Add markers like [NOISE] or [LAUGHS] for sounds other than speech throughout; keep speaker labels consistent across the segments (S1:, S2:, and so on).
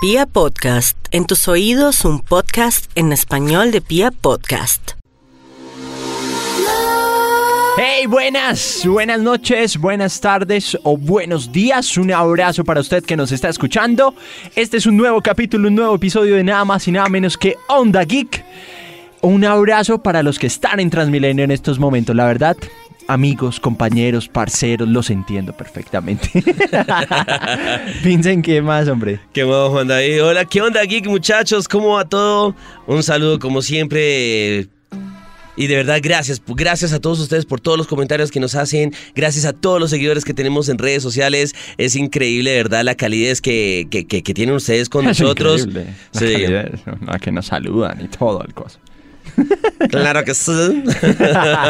S1: Pia Podcast, en tus oídos un podcast en español de Pia Podcast.
S2: Hey, buenas, buenas noches, buenas tardes o buenos días. Un abrazo para usted que nos está escuchando. Este es un nuevo capítulo, un nuevo episodio de nada más y nada menos que Onda Geek. Un abrazo para los que están en Transmilenio en estos momentos, la verdad. Amigos, compañeros, parceros, los entiendo perfectamente. [LAUGHS] Vincent, ¿qué más, hombre?
S3: ¿Qué más, Juan David? Hola, ¿qué onda, geek, muchachos? ¿Cómo va todo? Un saludo, como siempre. Y de verdad, gracias. Gracias a todos ustedes por todos los comentarios que nos hacen. Gracias a todos los seguidores que tenemos en redes sociales. Es increíble, de verdad, la calidez que, que, que- que tienen ustedes
S2: [LAUGHS]
S3: con
S2: Es
S3: nosotros.
S2: increíble. La [LAUGHS]
S3: [LAUGHS] Sí,
S2: calidad, la que nos saludan y todo el cosa.
S3: claro que sí.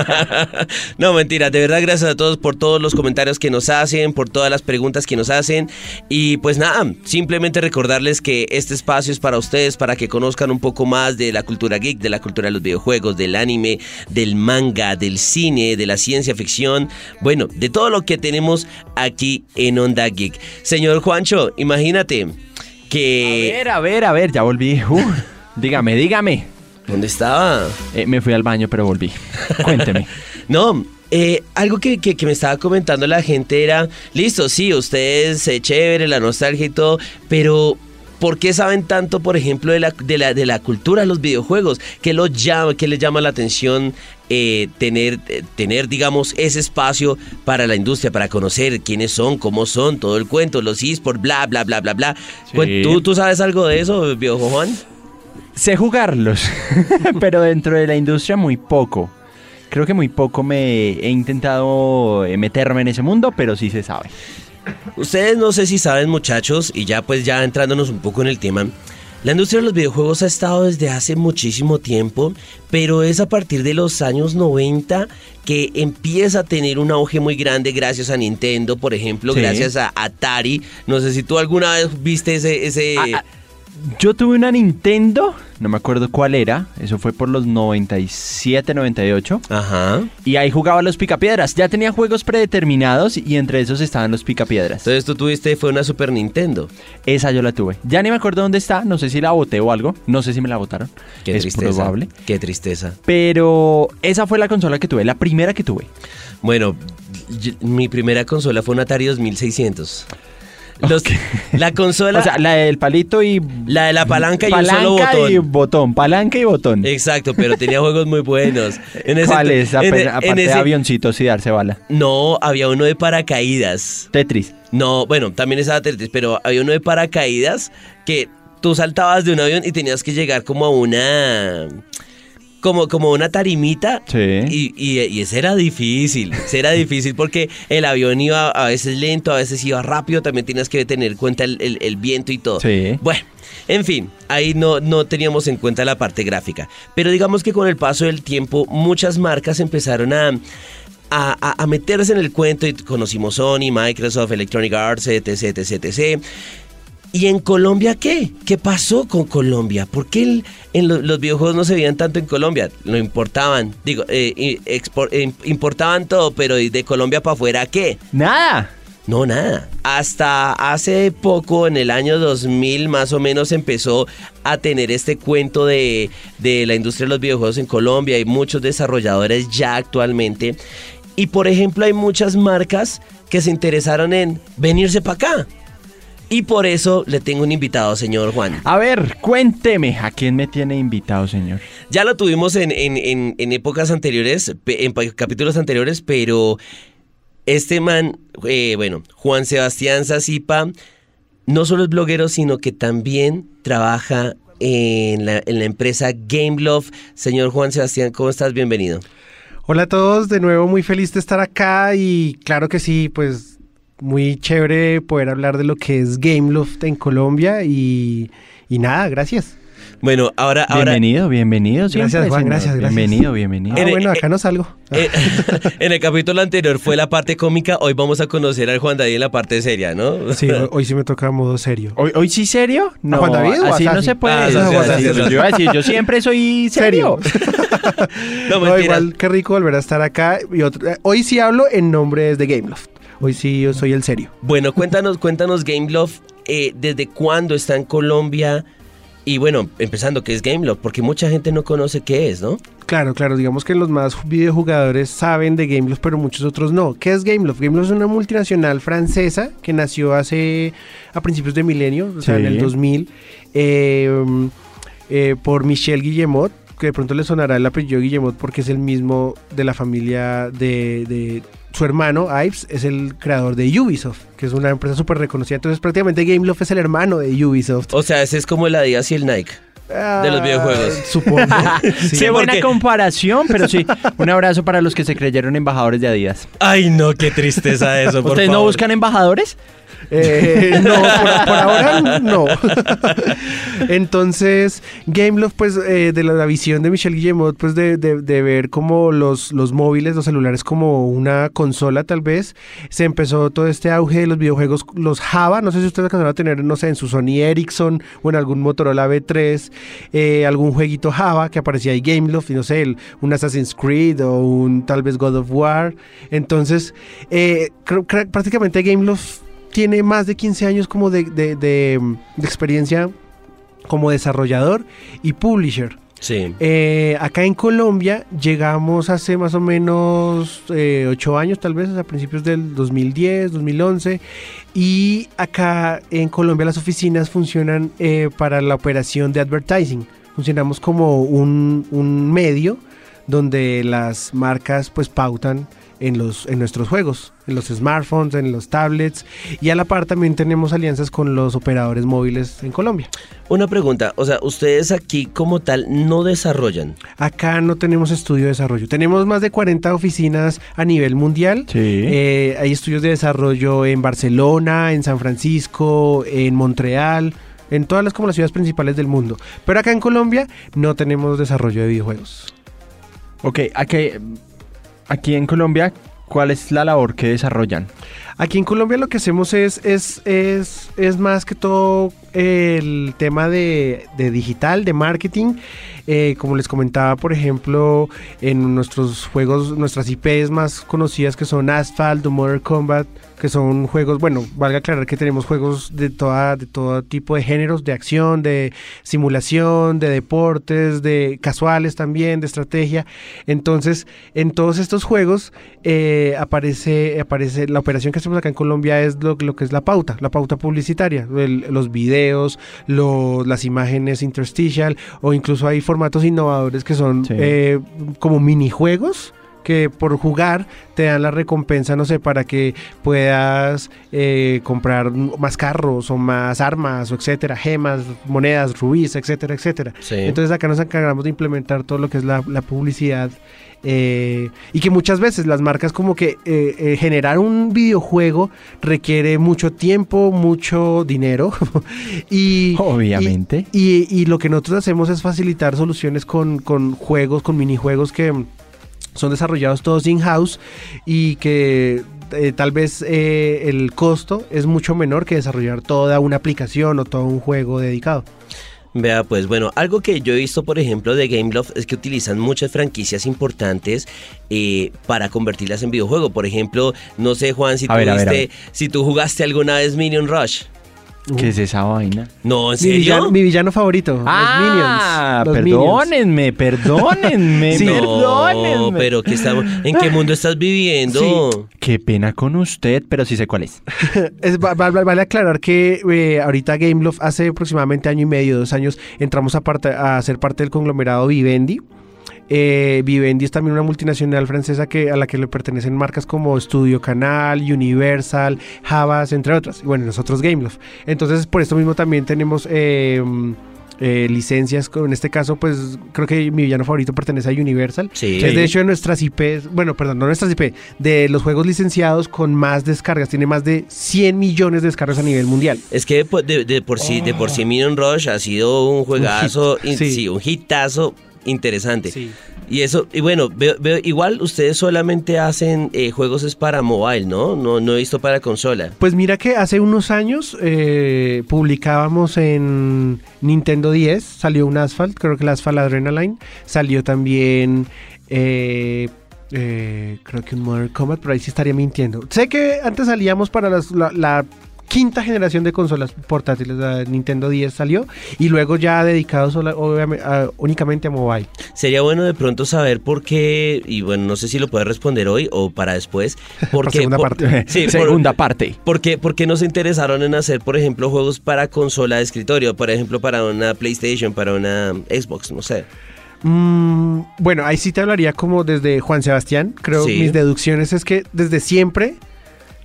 S3: [LAUGHS] no, mentira. De verdad, gracias a todos por todos los comentarios que nos hacen, por todas las preguntas que nos hacen. Y pues nada, simplemente recordarles que este espacio es para ustedes, para que conozcan un poco más de la cultura geek, de la cultura de los videojuegos, del anime, del manga, del cine, de la ciencia ficción. Bueno, de todo lo que tenemos aquí en Onda Geek. Señor Juancho, imagínate
S2: A
S3: que...
S2: ver, a ver, a ver, ya volví. Uh, dígame, dígame.
S3: ¿Dónde estaba?
S2: Eh, me fui al baño, pero
S3: [LAUGHS]
S2: volví. Cuénteme.
S3: No, eh, algo que, que- que me estaba comentando la gente era, listo, sí, ustedes, eh, chévere, la nostalgia y todo, pero... ¿Por qué saben tanto, por ejemplo, de la, de la, de la cultura de los videojuegos? ¿Qué, los llama, qué les llama la atención eh, tener, eh, tener, digamos, ese espacio para la industria, para conocer quiénes son, cómo son, todo el cuento, los esports, bla, bla, bla, bla, bla?
S2: Sí.
S3: ¿Tú, ¿Tú sabes algo de eso, viejo Juan?
S2: sé jugarlos, [LAUGHS] pero dentro de la industria muy poco. Creo que muy poco me he intentado eh, meterme en ese mundo, pero sí se sabe.
S3: Ustedes no sé si saben muchachos, y ya pues ya entrándonos un poco en el tema, la industria de los videojuegos ha estado desde hace muchísimo tiempo, pero es a partir de los años 90 que empieza a tener un auge muy grande gracias a Nintendo, por ejemplo,
S2: Sí.
S3: gracias a Atari. No sé si tú alguna vez viste ese... ese...
S2: Ah, ah, yo tuve una Nintendo, no me acuerdo cuál era, eso fue por los 97, 98,
S3: Ajá.
S2: y ahí jugaba los picapiedras. Ya tenía juegos predeterminados y entre esos estaban los picapiedras.
S3: Entonces tú tuviste, fue una Super Nintendo.
S2: Esa yo la tuve. Ya ni me acuerdo dónde está, no sé si la boté o algo, no sé si me la botaron.
S3: Qué
S2: es
S3: tristeza.
S2: probable.
S3: Qué tristeza.
S2: Pero esa fue la consola que tuve, la primera que tuve.
S3: Bueno, y- mi primera consola fue un Atari 2600. Los-
S2: [LAUGHS]
S3: La consola...
S2: O sea, la del palito y...
S3: La de la palanca y un solo
S2: Palanca y
S3: botón.
S2: botón, palanca y botón.
S3: Exacto, pero tenía juegos muy buenos. En
S2: [LAUGHS]
S3: ese-
S2: ¿Cuál es?
S3: en- e-
S2: Apenas-
S3: en
S2: aparte de
S3: ese-
S2: avioncitos y darse bala.
S3: No, había uno de paracaídas.
S2: Tetris.
S3: No, bueno, también estaba Tetris, pero había uno de paracaídas que tú saltabas de un avión y tenías que llegar como a una... Como, como una tarimita
S2: Sí.
S3: y, y- y ese era difícil, ese era difícil porque el avión iba a veces lento, a veces iba rápido, también tenías que tener en cuenta el, el- el viento y todo.
S2: Sí.
S3: Bueno, en fin, ahí no, no teníamos en cuenta la parte gráfica. Pero digamos que con el paso del tiempo muchas marcas empezaron a... a- a- a meterse en el cuento y conocimos Sony, Microsoft, Electronic Arts, etc, etc, etc. ¿Y en Colombia qué? ¿Qué pasó con Colombia? ¿Por qué el- en lo- los videojuegos no se veían tanto en Colombia? Lo importaban, digo, eh, i- expor- eh, importaban todo, pero ¿y de Colombia para afuera qué?
S2: Nada.
S3: No, nada. Hasta hace poco, en el año 2000 más o menos, empezó a tener este cuento de, de la industria de los videojuegos en Colombia. Hay muchos desarrolladores ya actualmente. Y por ejemplo, hay muchas marcas que se interesaron en venirse para acá. Y por eso le tengo un invitado, señor Juan.
S2: A ver, cuénteme, ¿a quién me tiene invitado, señor?
S3: Ya lo tuvimos en, en- en- en épocas anteriores, pe- en pa- capítulos anteriores, pero este man, eh, bueno, Juan Sebastián Zazipa, no solo es bloguero, sino que también trabaja en la, en la empresa Gameloft. Señor Juan Sebastián, ¿cómo estás? Bienvenido.
S4: Hola a todos, de nuevo muy feliz de estar acá y claro que sí, pues muy chévere poder hablar de lo que es Gameloft en Colombia y, y nada, gracias.
S3: Bueno, ahora... ahora
S2: bienvenido, bienvenido. siempre,
S4: Gracias, Juan,
S2: señor.
S4: gracias, gracias.
S2: Bienvenido, bienvenido.
S4: Ah,
S3: En-
S4: bueno,
S3: eh,
S4: acá no salgo. Ah,
S3: eh, [LAUGHS] en el capítulo anterior fue la parte cómica, hoy vamos a conocer al Juan David en la parte seria, ¿no? [LAUGHS]
S4: [LAUGHS] Sí, hoy- hoy sí me toca modo serio. Oh,
S2: ¿Hoy, hoy sí serio? No,
S4: Juan David o a
S2: así no
S4: Sassi?
S2: se puede.
S3: Ah,
S2: así
S3: Sassi,
S2: no
S3: Sassi,
S2: se puede.
S3: Sassi.
S2: yo iba a decir, yo siempre
S4: [LAUGHS]
S2: soy serio.
S3: No,
S4: No,
S3: mentira.
S4: igual, qué rico volver a estar acá. Y otro- eh, hoy sí hablo en nombre de Gameloft. Hoy sí, yo soy el serio.
S3: Bueno, cuéntanos, cuéntanos Gameloft, eh, ¿desde cuándo está en Colombia? Y bueno, empezando, ¿qué es Gameloft? Porque mucha gente no conoce qué es, ¿no?
S4: Claro, claro, digamos que los más videojugadores saben de Gameloft, pero muchos otros no. ¿Qué es Gameloft? Gameloft es una multinacional francesa que nació hace a principios de milenio, o sea,
S2: Sí.
S4: en el 2000, eh, eh, por Michel Guillemot, que de pronto le sonará el apellido Guillemot porque es el mismo de la familia de, de su hermano, Ives, es el creador de Ubisoft, que es una empresa súper reconocida. Entonces, prácticamente Gameloft es el hermano de Ubisoft.
S3: O sea, ese es como el Adidas y el Nike.
S4: De
S3: los videojuegos.
S4: Ah, Supongo.
S3: [LAUGHS]
S4: Sí.
S2: Qué buena
S3: porque-
S2: comparación, pero sí. Un abrazo para los que se creyeron embajadores de Adidas.
S3: Ay, no, qué [LAUGHS] tristeza eso, por
S2: ¿Ustedes no
S3: favor.
S2: buscan embajadores?
S4: Eh, no, por, por ahora no. Entonces, Gameloft, pues, eh, de la, la visión de Michel Guillemot, pues, de, de- de ver como los, los móviles, los celulares como una consola, tal vez, se empezó todo este auge de los videojuegos, los Java, no sé si ustedes alcanzaron a tener, no sé, en su Sony Ericsson o en algún Motorola B3, eh, algún jueguito Java que aparecía ahí Gameloft, y no sé, el- un Assassin's Creed o un tal vez God of War. Entonces, eh, creo- creo- prácticamente Gameloft tiene más de 15 años como de, de- de, mm, de experiencia como desarrollador y publisher.
S3: Sí.
S4: Eh, acá en Colombia llegamos hace más o menos 8 años, tal vez, a principios del 2010, 2011. Y acá en Colombia las oficinas funcionan eh, para la operación de advertising. Funcionamos como un, un medio donde las marcas pues pautan en, los, en nuestros juegos, en los smartphones, en los tablets. Y a la par también tenemos alianzas con los operadores móviles en Colombia.
S3: Una pregunta, o sea, ustedes aquí como tal no desarrollan.
S4: Acá no tenemos estudio de desarrollo. Tenemos más de 40 oficinas a nivel mundial.
S2: Sí.
S4: Eh, hay estudios de desarrollo en Barcelona, en San Francisco, en Montreal, en todas las como las ciudades principales del mundo. Pero acá en Colombia no tenemos desarrollo de videojuegos.
S2: Ok, aquí, aquí en Colombia, ¿cuál es la labor que desarrollan?
S4: Aquí en Colombia lo que hacemos es, es, es, es más que todo el tema de, de digital, de marketing. Eh, como les comentaba, por ejemplo, en nuestros juegos, nuestras IPs más conocidas que son Asphalt, o Modern Combat, que son juegos, bueno, valga aclarar que tenemos juegos de, toda, de todo tipo de géneros, de acción, de simulación, de deportes, de casuales también, de estrategia. Entonces, en todos estos juegos eh, aparece, aparece la operación que hacemos acá en Colombia es lo, lo que es la pauta, la pauta publicitaria, el- los videos, lo- las imágenes interstitial o incluso hay formatos innovadores que son
S2: Sí.
S4: eh, como minijuegos que por jugar te dan la recompensa, no sé, para que puedas eh, comprar más carros o más armas, o etcétera, gemas, monedas, rubíes, etcétera, etcétera.
S3: Sí.
S4: Entonces acá nos encargamos de implementar todo lo que es la, la publicidad eh, y que muchas veces las marcas como que eh, eh, generar un videojuego requiere mucho tiempo, mucho dinero [LAUGHS] y...
S2: Obviamente.
S4: Y, y lo que nosotros hacemos es facilitar soluciones con, con juegos, con minijuegos que mm, son desarrollados todos in-house y que eh, tal vez eh, el costo es mucho menor que desarrollar toda una aplicación o todo un juego dedicado.
S3: Vea, pues bueno, algo que yo he visto, por ejemplo, de Gameloft es que utilizan muchas franquicias importantes eh, para convertirlas en videojuego. Por ejemplo, no sé, Juan, si tú,
S2: A ver, a ver, a
S3: viste- si tú jugaste alguna vez Minion Rush.
S2: ¿Qué
S4: Uh.
S2: es esa vaina?
S3: No, ¿en
S4: Mi villano,
S3: serio?
S4: mi villano favorito,
S2: Ah,
S4: los Minions. los Minions.
S2: perdónenme, perdónenme,
S4: [LAUGHS] Sí.
S3: no, Ah.
S2: perdónenme.
S3: pero ¿qué estamos, ¿en qué mundo estás viviendo?
S2: Qué pena con usted, pero sí sé cuál es.
S4: Es- va- va- vale aclarar que eh, ahorita Gameloft hace aproximadamente año y medio, dos años, entramos a, parte- a ser parte del conglomerado Vivendi. Eh, Vivendi es también una multinacional francesa que, a la que le pertenecen marcas como Studio Canal, Universal, Havas, entre otras. Y bueno, nosotros Gameloft. Entonces, por esto mismo también tenemos eh, eh, licencias. En este caso, pues creo que mi villano favorito pertenece a Universal.
S3: Sí.
S4: Es de hecho de nuestras IPs, bueno, perdón, no nuestras IP, de los juegos licenciados con más descargas. Tiene más de 100 millones de descargas a nivel mundial.
S3: Es que de, de- de por sí, de por sí Minion Rush ha sido Oh. un juegazo,
S4: hit,
S3: in-
S4: sí.
S3: sí, un hitazo interesante. Y eso, y bueno, veo, veo- igual ustedes solamente hacen eh, juegos es para mobile, ¿no? ¿no? No he visto para consola.
S4: Pues mira que hace unos años eh, publicábamos en Nintendo 10, salió un Asphalt, creo que el Asphalt Adrenaline, salió también eh, eh, creo que un Modern Combat, pero ahí sí estaría mintiendo. Sé que antes salíamos para las- la, la quinta generación de consolas portátiles, la Nintendo 10 salió, y luego ya dedicados sola- obviame- a- únicamente a mobile.
S3: Sería bueno de pronto saber por qué, y bueno, no sé si lo puedes responder hoy o [LAUGHS] para después. Porque,
S2: [LAUGHS]
S4: segunda
S3: [LAUGHS]
S4: parte.
S3: Sí, por-
S2: Segunda parte.
S3: ¿Por qué, por qué no se interesaron en hacer, por ejemplo, juegos para consola de escritorio? Por ejemplo, para una PlayStation, para una Xbox, no sé.
S4: Mm, bueno, ahí sí te hablaría como desde Juan Sebastián, creo
S3: Sí.
S4: mis deducciones es que desde siempre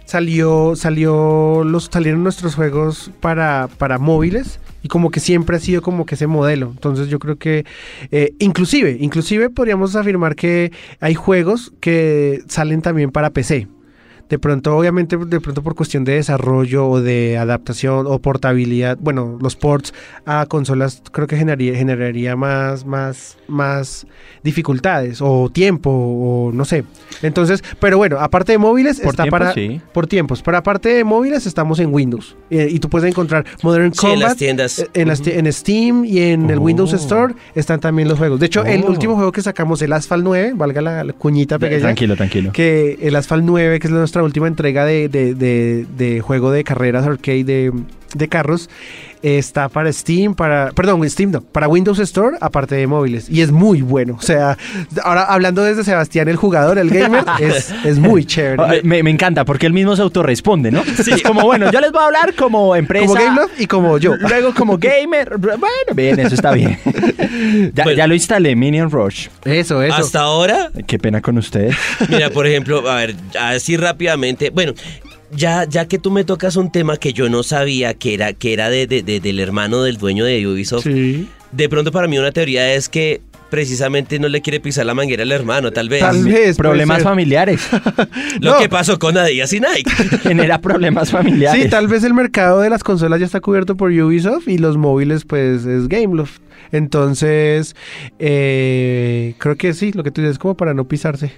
S4: salió, salió, los, salieron nuestros juegos para, para móviles y como que siempre ha sido como que ese modelo. Entonces yo creo que eh, inclusive, inclusive podríamos afirmar que hay juegos que salen también para PC. De pronto, obviamente, de pronto por cuestión de desarrollo o de adaptación o portabilidad, bueno, los ports a consolas creo que generaría, generaría más, más, más dificultades o tiempo o no sé. Entonces, pero bueno, aparte de móviles,
S2: Por
S4: está
S2: tiempo,
S4: para,
S2: sí.
S4: por tiempos. Para parte de móviles estamos en Windows. Eh, y tú puedes encontrar Modern
S3: Sí, en las
S4: Combat.
S3: tiendas.
S4: eh, En, las ti- en Steam y en el
S2: Oh.
S4: Windows Store están también los juegos. De hecho, el
S2: Oh.
S4: último juego que sacamos, el Asphalt 9, valga la, la cuñita pequeña.
S2: Tranquilo, tranquilo.
S4: Que el Asphalt 9, que es nuestra última entrega de, de- de- de juego de carreras arcade de, de carros, está para Steam, para. Perdón, Steam no, para Windows Store, aparte de móviles. Y es muy bueno. O sea, ahora hablando desde Sebastián, el jugador, el gamer, es, es muy chévere.
S2: Ah, Me, me encanta porque él mismo se autorresponde, ¿no? Es como, bueno, yo les voy a hablar como empresa.
S4: Como Game Love y como yo.
S2: [LAUGHS] Luego
S4: [LAUGHS]
S2: como gamer. Bueno, bien, eso está bien. ya,
S4: Pues
S3: Bueno.
S2: ya lo instalé, Minion Rush.
S4: Eso, eso.
S3: Hasta ahora,
S2: Qué pena con ustedes.
S3: mira, por ejemplo, a ver, así rápidamente. Bueno, ya, ya que tú me tocas un tema que yo no sabía que era, que era de- de- de- del hermano del dueño de Ubisoft,
S4: Sí.
S3: de pronto para mí una teoría es que precisamente no le quiere pisar la manguera al hermano, tal vez.
S4: [LAUGHS] Tal vez,
S2: problemas
S4: puede ser. [LAUGHS]
S2: familiares.
S3: Lo
S4: No.
S3: que pasó con Adidas y Nike. [LAUGHS]
S2: Genera problemas familiares. [LAUGHS]
S4: Sí, tal vez el mercado de las consolas ya está cubierto por Ubisoft y los móviles, pues, es Gameloft. Entonces, eh, creo que sí, lo que tú dices, como para no pisarse.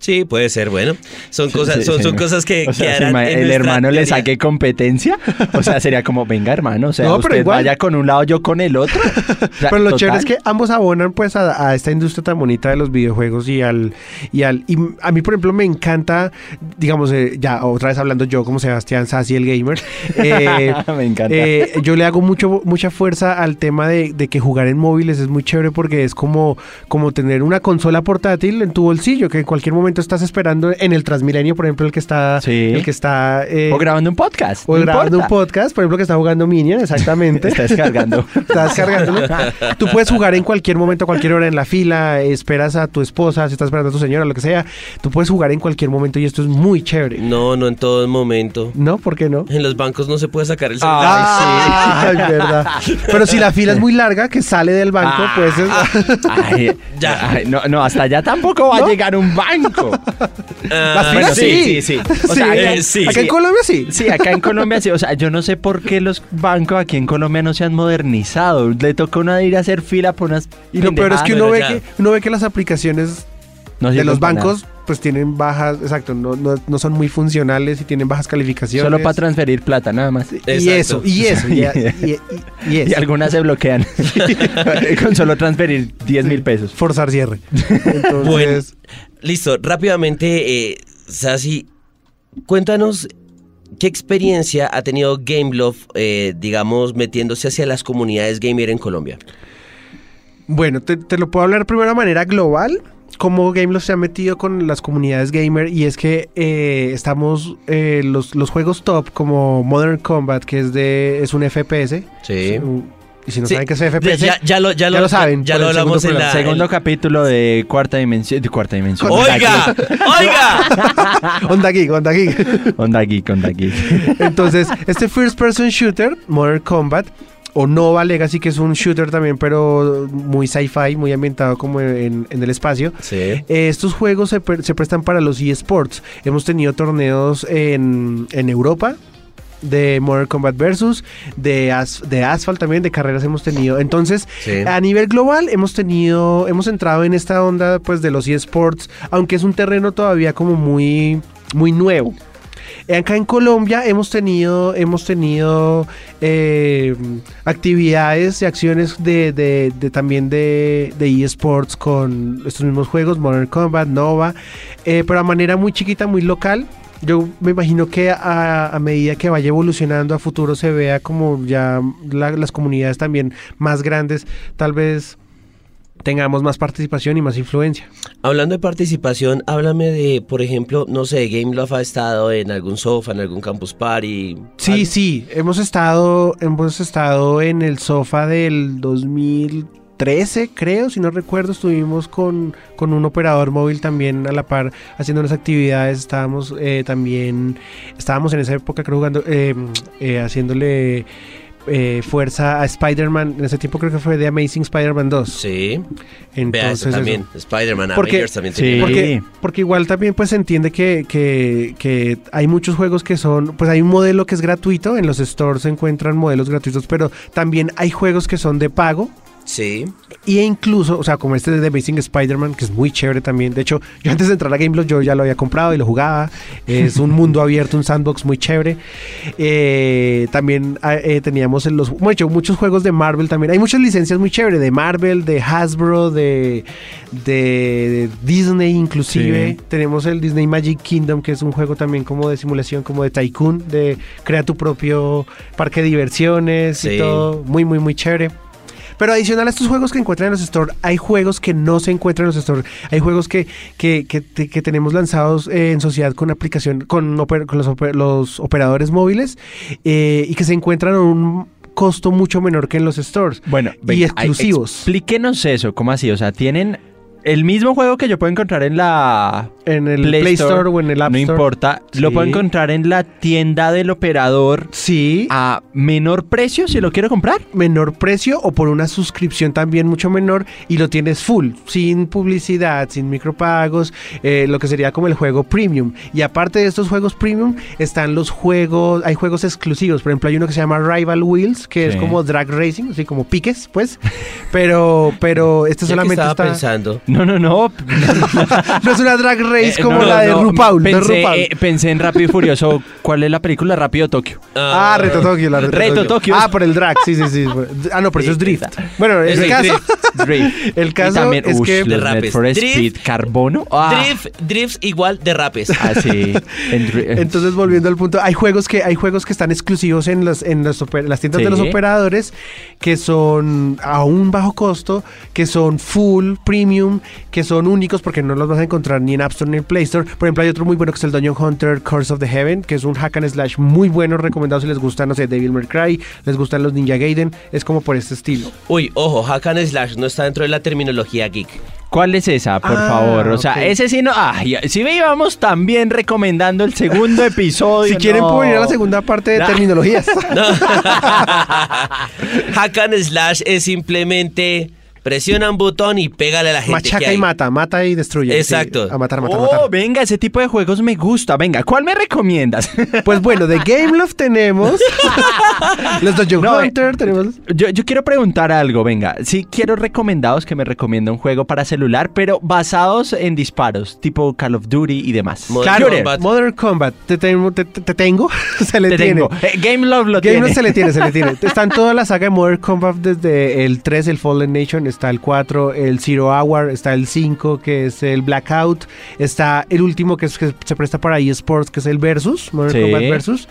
S3: Sí, puede ser, bueno. Son
S2: Sí,
S3: cosas,
S2: sí,
S3: son,
S2: sí,
S3: son
S2: no.
S3: cosas que,
S2: O sea,
S3: que
S2: si
S3: harán
S2: ma-
S3: en
S2: el
S3: nuestra
S2: hermano le
S3: teoría.
S2: saque competencia. O sea, sería como, venga, hermano. O sea,
S4: No, pero
S2: usted
S4: igual.
S2: vaya con un lado, yo con el
S4: [LAUGHS]
S2: otro. O sea,
S4: Pero lo
S2: total. [LAUGHS]
S4: chévere es que ambos abonan pues a, a esta industria tan bonita de los videojuegos y al y al y m- a mí por ejemplo me encanta digamos eh, ya otra vez hablando yo como Sebastián Sassi
S2: [LAUGHS]
S4: el gamer eh,
S2: Ah, Me encanta.
S4: eh, yo le hago mucho mucha fuerza al tema de, de que jugar en móviles es muy chévere porque es como como tener una consola portátil en tu bolsillo que en cualquier momento estás esperando en el Transmilenio por ejemplo el que está
S2: Sí.
S4: el que está eh,
S2: o grabando un podcast.
S4: o
S2: no
S4: grabando
S2: importa.
S4: un podcast, por ejemplo, que está jugando Minion, exactamente.
S2: Está descargando.
S4: Estás cargándolo. Tú puedes jugar en cualquier momento, a cualquier hora en la fila, esperas a tu esposa, si estás esperando a tu señora, lo que sea. Tú puedes jugar en cualquier momento y esto es muy chévere.
S3: No, no en todo momento.
S4: ¿No? ¿Por qué no?
S3: En los bancos no se puede sacar el celular.
S2: Ah,
S4: [LAUGHS] Ay, verdad. Pero si la fila es muy larga, que sale del [LAUGHS] banco,
S2: Ah.
S4: pues es- [LAUGHS]
S2: Ay,
S3: Ya.
S2: ay, no, no, hasta allá tampoco va a llegar un banco.
S4: [LAUGHS]
S3: Ah,
S4: Las filas
S2: bueno, sí, sí,
S4: sí.
S2: sí.
S4: [LAUGHS]
S2: O sea,
S4: Sí.
S2: acá-
S3: sí.
S4: Acá en Colombia sí.
S2: Sí, acá en Colombia sí. O sea, yo no sé por qué los bancos aquí en Colombia no se han modernizado. Le toca a uno ir a hacer fila por unas.
S4: Y lo peor es que uno ve
S3: Bueno, ya.
S4: que, uno ve que las aplicaciones
S2: Ah, No
S4: de
S2: sirven
S4: los
S2: para nada.
S4: bancos pues tienen bajas, exacto, no, no, no son muy funcionales y tienen bajas calificaciones.
S2: Solo para transferir plata, nada más.
S4: Y eso,
S3: Exacto.
S4: y eso, y, y- y- y
S2: Y
S4: eso.
S2: algunas se
S4: [LAUGHS]
S2: bloquean. [LAUGHS] Con solo transferir 10 mil pesos.
S4: Forzar cierre. Entonces,
S3: Bueno. Listo, rápidamente, eh, Sasi, cuéntanos qué experiencia ha tenido Gameloft, eh, digamos, metiéndose hacia las comunidades gamer en Colombia.
S4: Bueno, te, te lo puedo hablar primero de manera global, cómo Gameloft se ha metido con las comunidades gamer y es que eh, estamos, eh, los, los juegos top como Modern Combat, que es, de, es un FPS,
S3: Sí.
S4: un- y si no
S3: Sí,
S4: saben qué es FPS,
S3: Ya, ya lo, ya
S4: ya lo saben,
S3: Ya
S4: por
S3: lo
S4: el
S3: hablamos
S4: segundo
S3: en la.
S2: Segundo
S3: en-
S2: capítulo de Cuarta Dimensión. De cuarta Dimensión.
S4: [LAUGHS]
S3: ¡Oiga! ¡Oiga!
S4: onda geek, onda
S3: [LAUGHS]
S4: geek.
S2: [LAUGHS] Onda Geek, Onda
S4: [LAUGHS]
S2: Geek.
S4: Entonces, este first person shooter, Modern Combat, o Nova Legacy, que es un shooter también, pero muy sci-fi, muy ambientado como en- en el espacio,
S3: Sí.
S4: Eh, estos juegos se, pre- se prestan para los eSports. Hemos tenido torneos en, en Europa de Modern Combat Versus, de, As- de Asphalt también, de carreras hemos tenido. Entonces,
S3: Sí.
S4: a nivel global hemos tenido, hemos entrado en esta onda pues de los eSports, aunque es un terreno todavía como muy, muy nuevo. Acá en Colombia hemos tenido, hemos tenido eh, actividades y acciones de, de- de también de, de eSports con estos mismos juegos, Modern Combat, Nova, eh, pero a manera muy chiquita, muy local. Yo me imagino que a, a medida que vaya evolucionando a futuro se vea como ya la- las comunidades también más grandes, tal vez tengamos más participación y más influencia.
S3: Hablando de participación, háblame de, por ejemplo, no sé, Gameloft ha estado en algún sofá, en algún campus party.
S4: Sí, sí, hemos estado, hemos estado en el sofá del 2013, creo, si no recuerdo, estuvimos con, con un operador móvil también a la par haciendo unas actividades, estábamos eh, también, estábamos en esa época creo jugando, eh, eh, haciéndole eh, fuerza a Spider-Man, en ese tiempo creo que fue de Amazing Spider-Man 2.
S3: Sí. Vea
S4: Entonces,
S3: eso también.
S4: eso.
S3: Spider-Man,
S4: Porque-
S3: Avengers también
S2: Sí.
S3: tenía.
S4: Porque, porque igual también pues se entiende que, que- que hay muchos juegos que son, pues hay un modelo que es gratuito, en los stores se encuentran modelos gratuitos, pero también hay juegos que son de pago.
S3: Sí.
S4: Y e incluso, o sea, como este de The Amazing Spider-Man, que es muy chévere también. De hecho, yo antes de entrar a Gameblog, yo ya lo había comprado y lo jugaba. Es un mundo abierto, un sandbox muy chévere. Eh, también ah, eh, teníamos en los, bueno, de hecho, muchos juegos de Marvel también. Hay muchas licencias muy chéveres de Marvel, de Hasbro, de, de Disney inclusive.
S2: Sí.
S4: Tenemos el Disney Magic Kingdom, que es un juego también como de simulación, como de tycoon, de crea tu propio parque de diversiones
S3: Sí.
S4: y todo. Muy, muy, muy chévere. Pero adicional a estos juegos que encuentran en los store, hay juegos que no se encuentran en los store. Hay juegos que, que, que, te- que tenemos lanzados eh, en sociedad con aplicación, con, oper- con los, oper- los operadores móviles eh, y que se encuentran a un costo mucho menor que en los stores.
S2: Bueno,
S4: Y
S2: venga, ay,
S4: exclusivos.
S2: explíquenos eso, ¿cómo así? O sea, tienen el mismo juego que yo puedo encontrar en la
S4: En el Play, Store, o en el App
S2: no
S4: Store.
S2: importa, lo
S4: Sí.
S2: puedo encontrar en la tienda del operador
S4: Sí.
S2: a menor precio si lo quiero comprar.
S4: menor precio o por una suscripción también mucho menor y lo tienes full, sin publicidad, sin micropagos, eh, lo que sería como el juego premium. Y aparte de estos juegos premium están los juegos, hay juegos exclusivos, por ejemplo hay uno que se llama Rival Wheels, que es
S2: Sí.
S4: como drag racing, así como piques, pues, pero, pero este
S3: Ya que
S4: solamente
S3: estaba
S4: está...
S3: pensando.
S2: No, no, [LAUGHS] no.
S4: [LAUGHS] No es una drag race
S2: Eh,
S4: como
S2: no,
S4: la de
S2: no,
S4: RuPaul, no es
S2: Pensé,
S4: RuPaul.
S2: eh, pensé en Rápido y Furioso. ¿Cuál es la película? Rápido
S4: [LAUGHS]
S2: Tokio.
S4: Ah, Reto Tokio, la Reto,
S2: Reto Tokio.
S4: Ah, por el drag, sí, sí,
S2: [LAUGHS]
S4: sí. Ah, no, pero eso es drift. Bueno, en
S3: Es
S4: el
S3: el
S4: caso,
S3: drift.
S2: Drift.
S4: El
S2: Y
S4: caso
S2: también,
S4: es
S2: ush,
S4: que-
S2: los
S3: Derrapes.
S2: Need for Speed,
S3: Drift.
S2: Carbono. Ah,
S3: Drift, drifts igual
S4: [LAUGHS]
S3: derrapes.
S2: Ah, sí. En dri- [LAUGHS] eh.
S4: Entonces, volviendo al punto, hay juegos que hay juegos que están exclusivos en las en las, oper- las tiendas de los
S2: Sí.
S4: operadores que son a un bajo costo, que son full premium, que son únicos porque no los vas a encontrar ni en App Store ni en Play Store. Por ejemplo, hay otro muy bueno que es el Dungeon Hunter Curse of the Heaven, que es un hack and slash muy bueno, recomendado si les gusta, no sé, Devil May Cry, les gustan los Ninja Gaiden, es como por este estilo.
S3: Uy, ojo, hack and slash no está dentro de la terminología geek.
S2: ¿Cuál es esa, por
S4: Ah,
S2: favor? O sea,
S4: ok.
S2: ese sí no. Ay, si veíamos también recomendando el
S4: [LAUGHS]
S2: segundo episodio.
S4: Si quieren
S2: no.
S4: puedo ir a la segunda parte de
S2: Nah.
S4: terminologías. [LAUGHS]
S3: No. hack and slash es simplemente presiona un botón y pégale a la gente. que
S4: Machaca
S3: hay.
S4: y mata, mata y destruye. sí,
S3: Exacto.
S4: a matar, matar,
S2: Oh,
S4: matar.
S2: venga, ese tipo de juegos me gusta. Venga, ¿cuál me recomiendas? [LAUGHS]
S4: Pues bueno, de Gameloft tenemos. los Dungeon
S2: No, eh,
S4: Hunter tenemos.
S2: Yo, yo quiero preguntar algo, venga. Sí, quiero recomendados que me recomienda un juego para celular, pero basados en disparos, tipo Call of Duty y demás.
S3: Modern
S4: Claro,
S3: Shooter. Combat.
S4: Modern Combat. Te tengo. Te, te- te tengo. [LAUGHS] se le
S2: Te
S4: tiene.
S2: tengo. Eh, Game Love lo
S4: Game
S2: tiene.
S4: Loft se le tiene, se
S2: [LAUGHS]
S4: le tiene. Están toda la saga de Modern Combat desde el 3, el Fallen Nation, está el 4, el Zero Hour, está el 5, que es el Blackout, está el último que, es, que se presta para eSports, que es el Versus, Modern
S2: Sí.
S4: Combat Versus,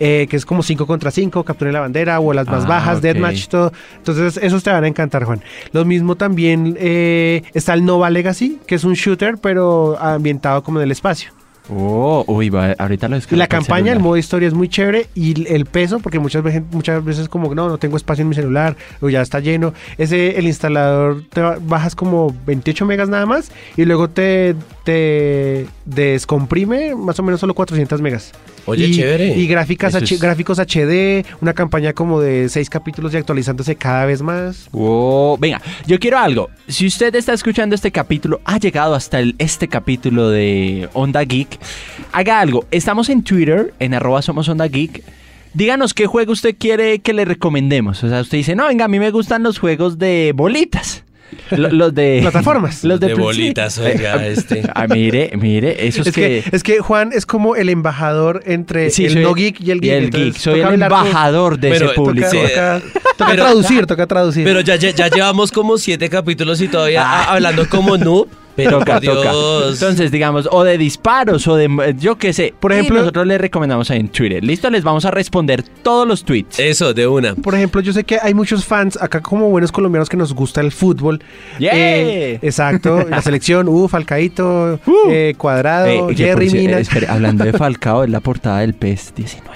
S4: eh, que es como 5 contra 5, capture la bandera o las más
S2: Ah,
S4: bajas,
S2: ok.
S4: Deathmatch, todo. Entonces, esos te van a encantar, Juan. Lo mismo también eh, está el Nova Legacy, que es un shooter, pero ambientado como en el espacio.
S2: Oh, uy, va, ahorita lo
S4: Y
S2: descargo
S4: la
S2: para el
S4: campaña, el
S2: celular.
S4: modo historia es muy chévere y el peso, porque muchas veces, muchas veces como no, no tengo espacio en mi celular o ya está lleno. Ese, el instalador, te ba- bajas como 28 megas nada más y luego te, te descomprime más o menos solo 400 megas.
S3: Oye,
S4: Y-
S3: chévere.
S4: Y gráficas
S2: Eso
S4: H-
S2: es-
S4: gráficos HD, una campaña como de 6 capítulos y actualizándose cada vez más.
S2: Oh, venga, yo quiero algo. Si usted está escuchando este capítulo, ha llegado hasta el- este capítulo de Onda Geek, haga algo. Estamos en Twitter, en arroba somos Onda Geek. Díganos qué juego usted quiere que le recomendemos. O sea, usted dice, no, venga, a mí me gustan los juegos de bolitas.
S4: [LAUGHS]
S2: Lo- Los de. [LAUGHS]
S4: Plataformas.
S2: Los de,
S3: De
S2: pl- sí.
S3: bolitas, oiga,
S2: Eh,
S3: este.
S2: [LAUGHS] Ah, mire, mire, eso es,
S4: Es que, es que Juan es como el embajador entre
S2: Sí,
S4: el
S2: soy-
S4: no geek y el geek. entonces
S2: Soy el
S4: toca hablar con-
S2: embajador de
S3: Pero,
S2: ese
S3: toca-
S2: público.
S4: Toca,
S3: Sí.
S4: toca- toca
S3: Pero-
S4: traducir, toca traducir.
S3: Pero ya, ya, ya llevamos como siete capítulos y todavía
S2: Ah.
S3: ah, hablando como noob.
S2: [LAUGHS]
S3: Pero
S2: toca,
S3: por Dios.
S2: toca. Entonces, digamos, o de disparos, o de. Yo qué sé.
S4: Por
S2: Y
S4: ejemplo-
S2: nosotros les recomendamos ahí en Twitter. Listo, les vamos a responder todos los tweets.
S3: Eso, de una.
S4: Por ejemplo, yo sé que hay muchos fans acá como buenos colombianos que nos gusta el fútbol. Eh,
S2: ¡Yeah!
S4: exacto, la selección, uh, Falcaito,
S2: Uh.
S4: eh, Cuadrado,
S2: Eh, que
S4: Jerry
S2: por cier- eh,
S4: Mina.
S2: espere,
S4: [LAUGHS]
S2: hablando de Falcao, es la portada del E PES 19.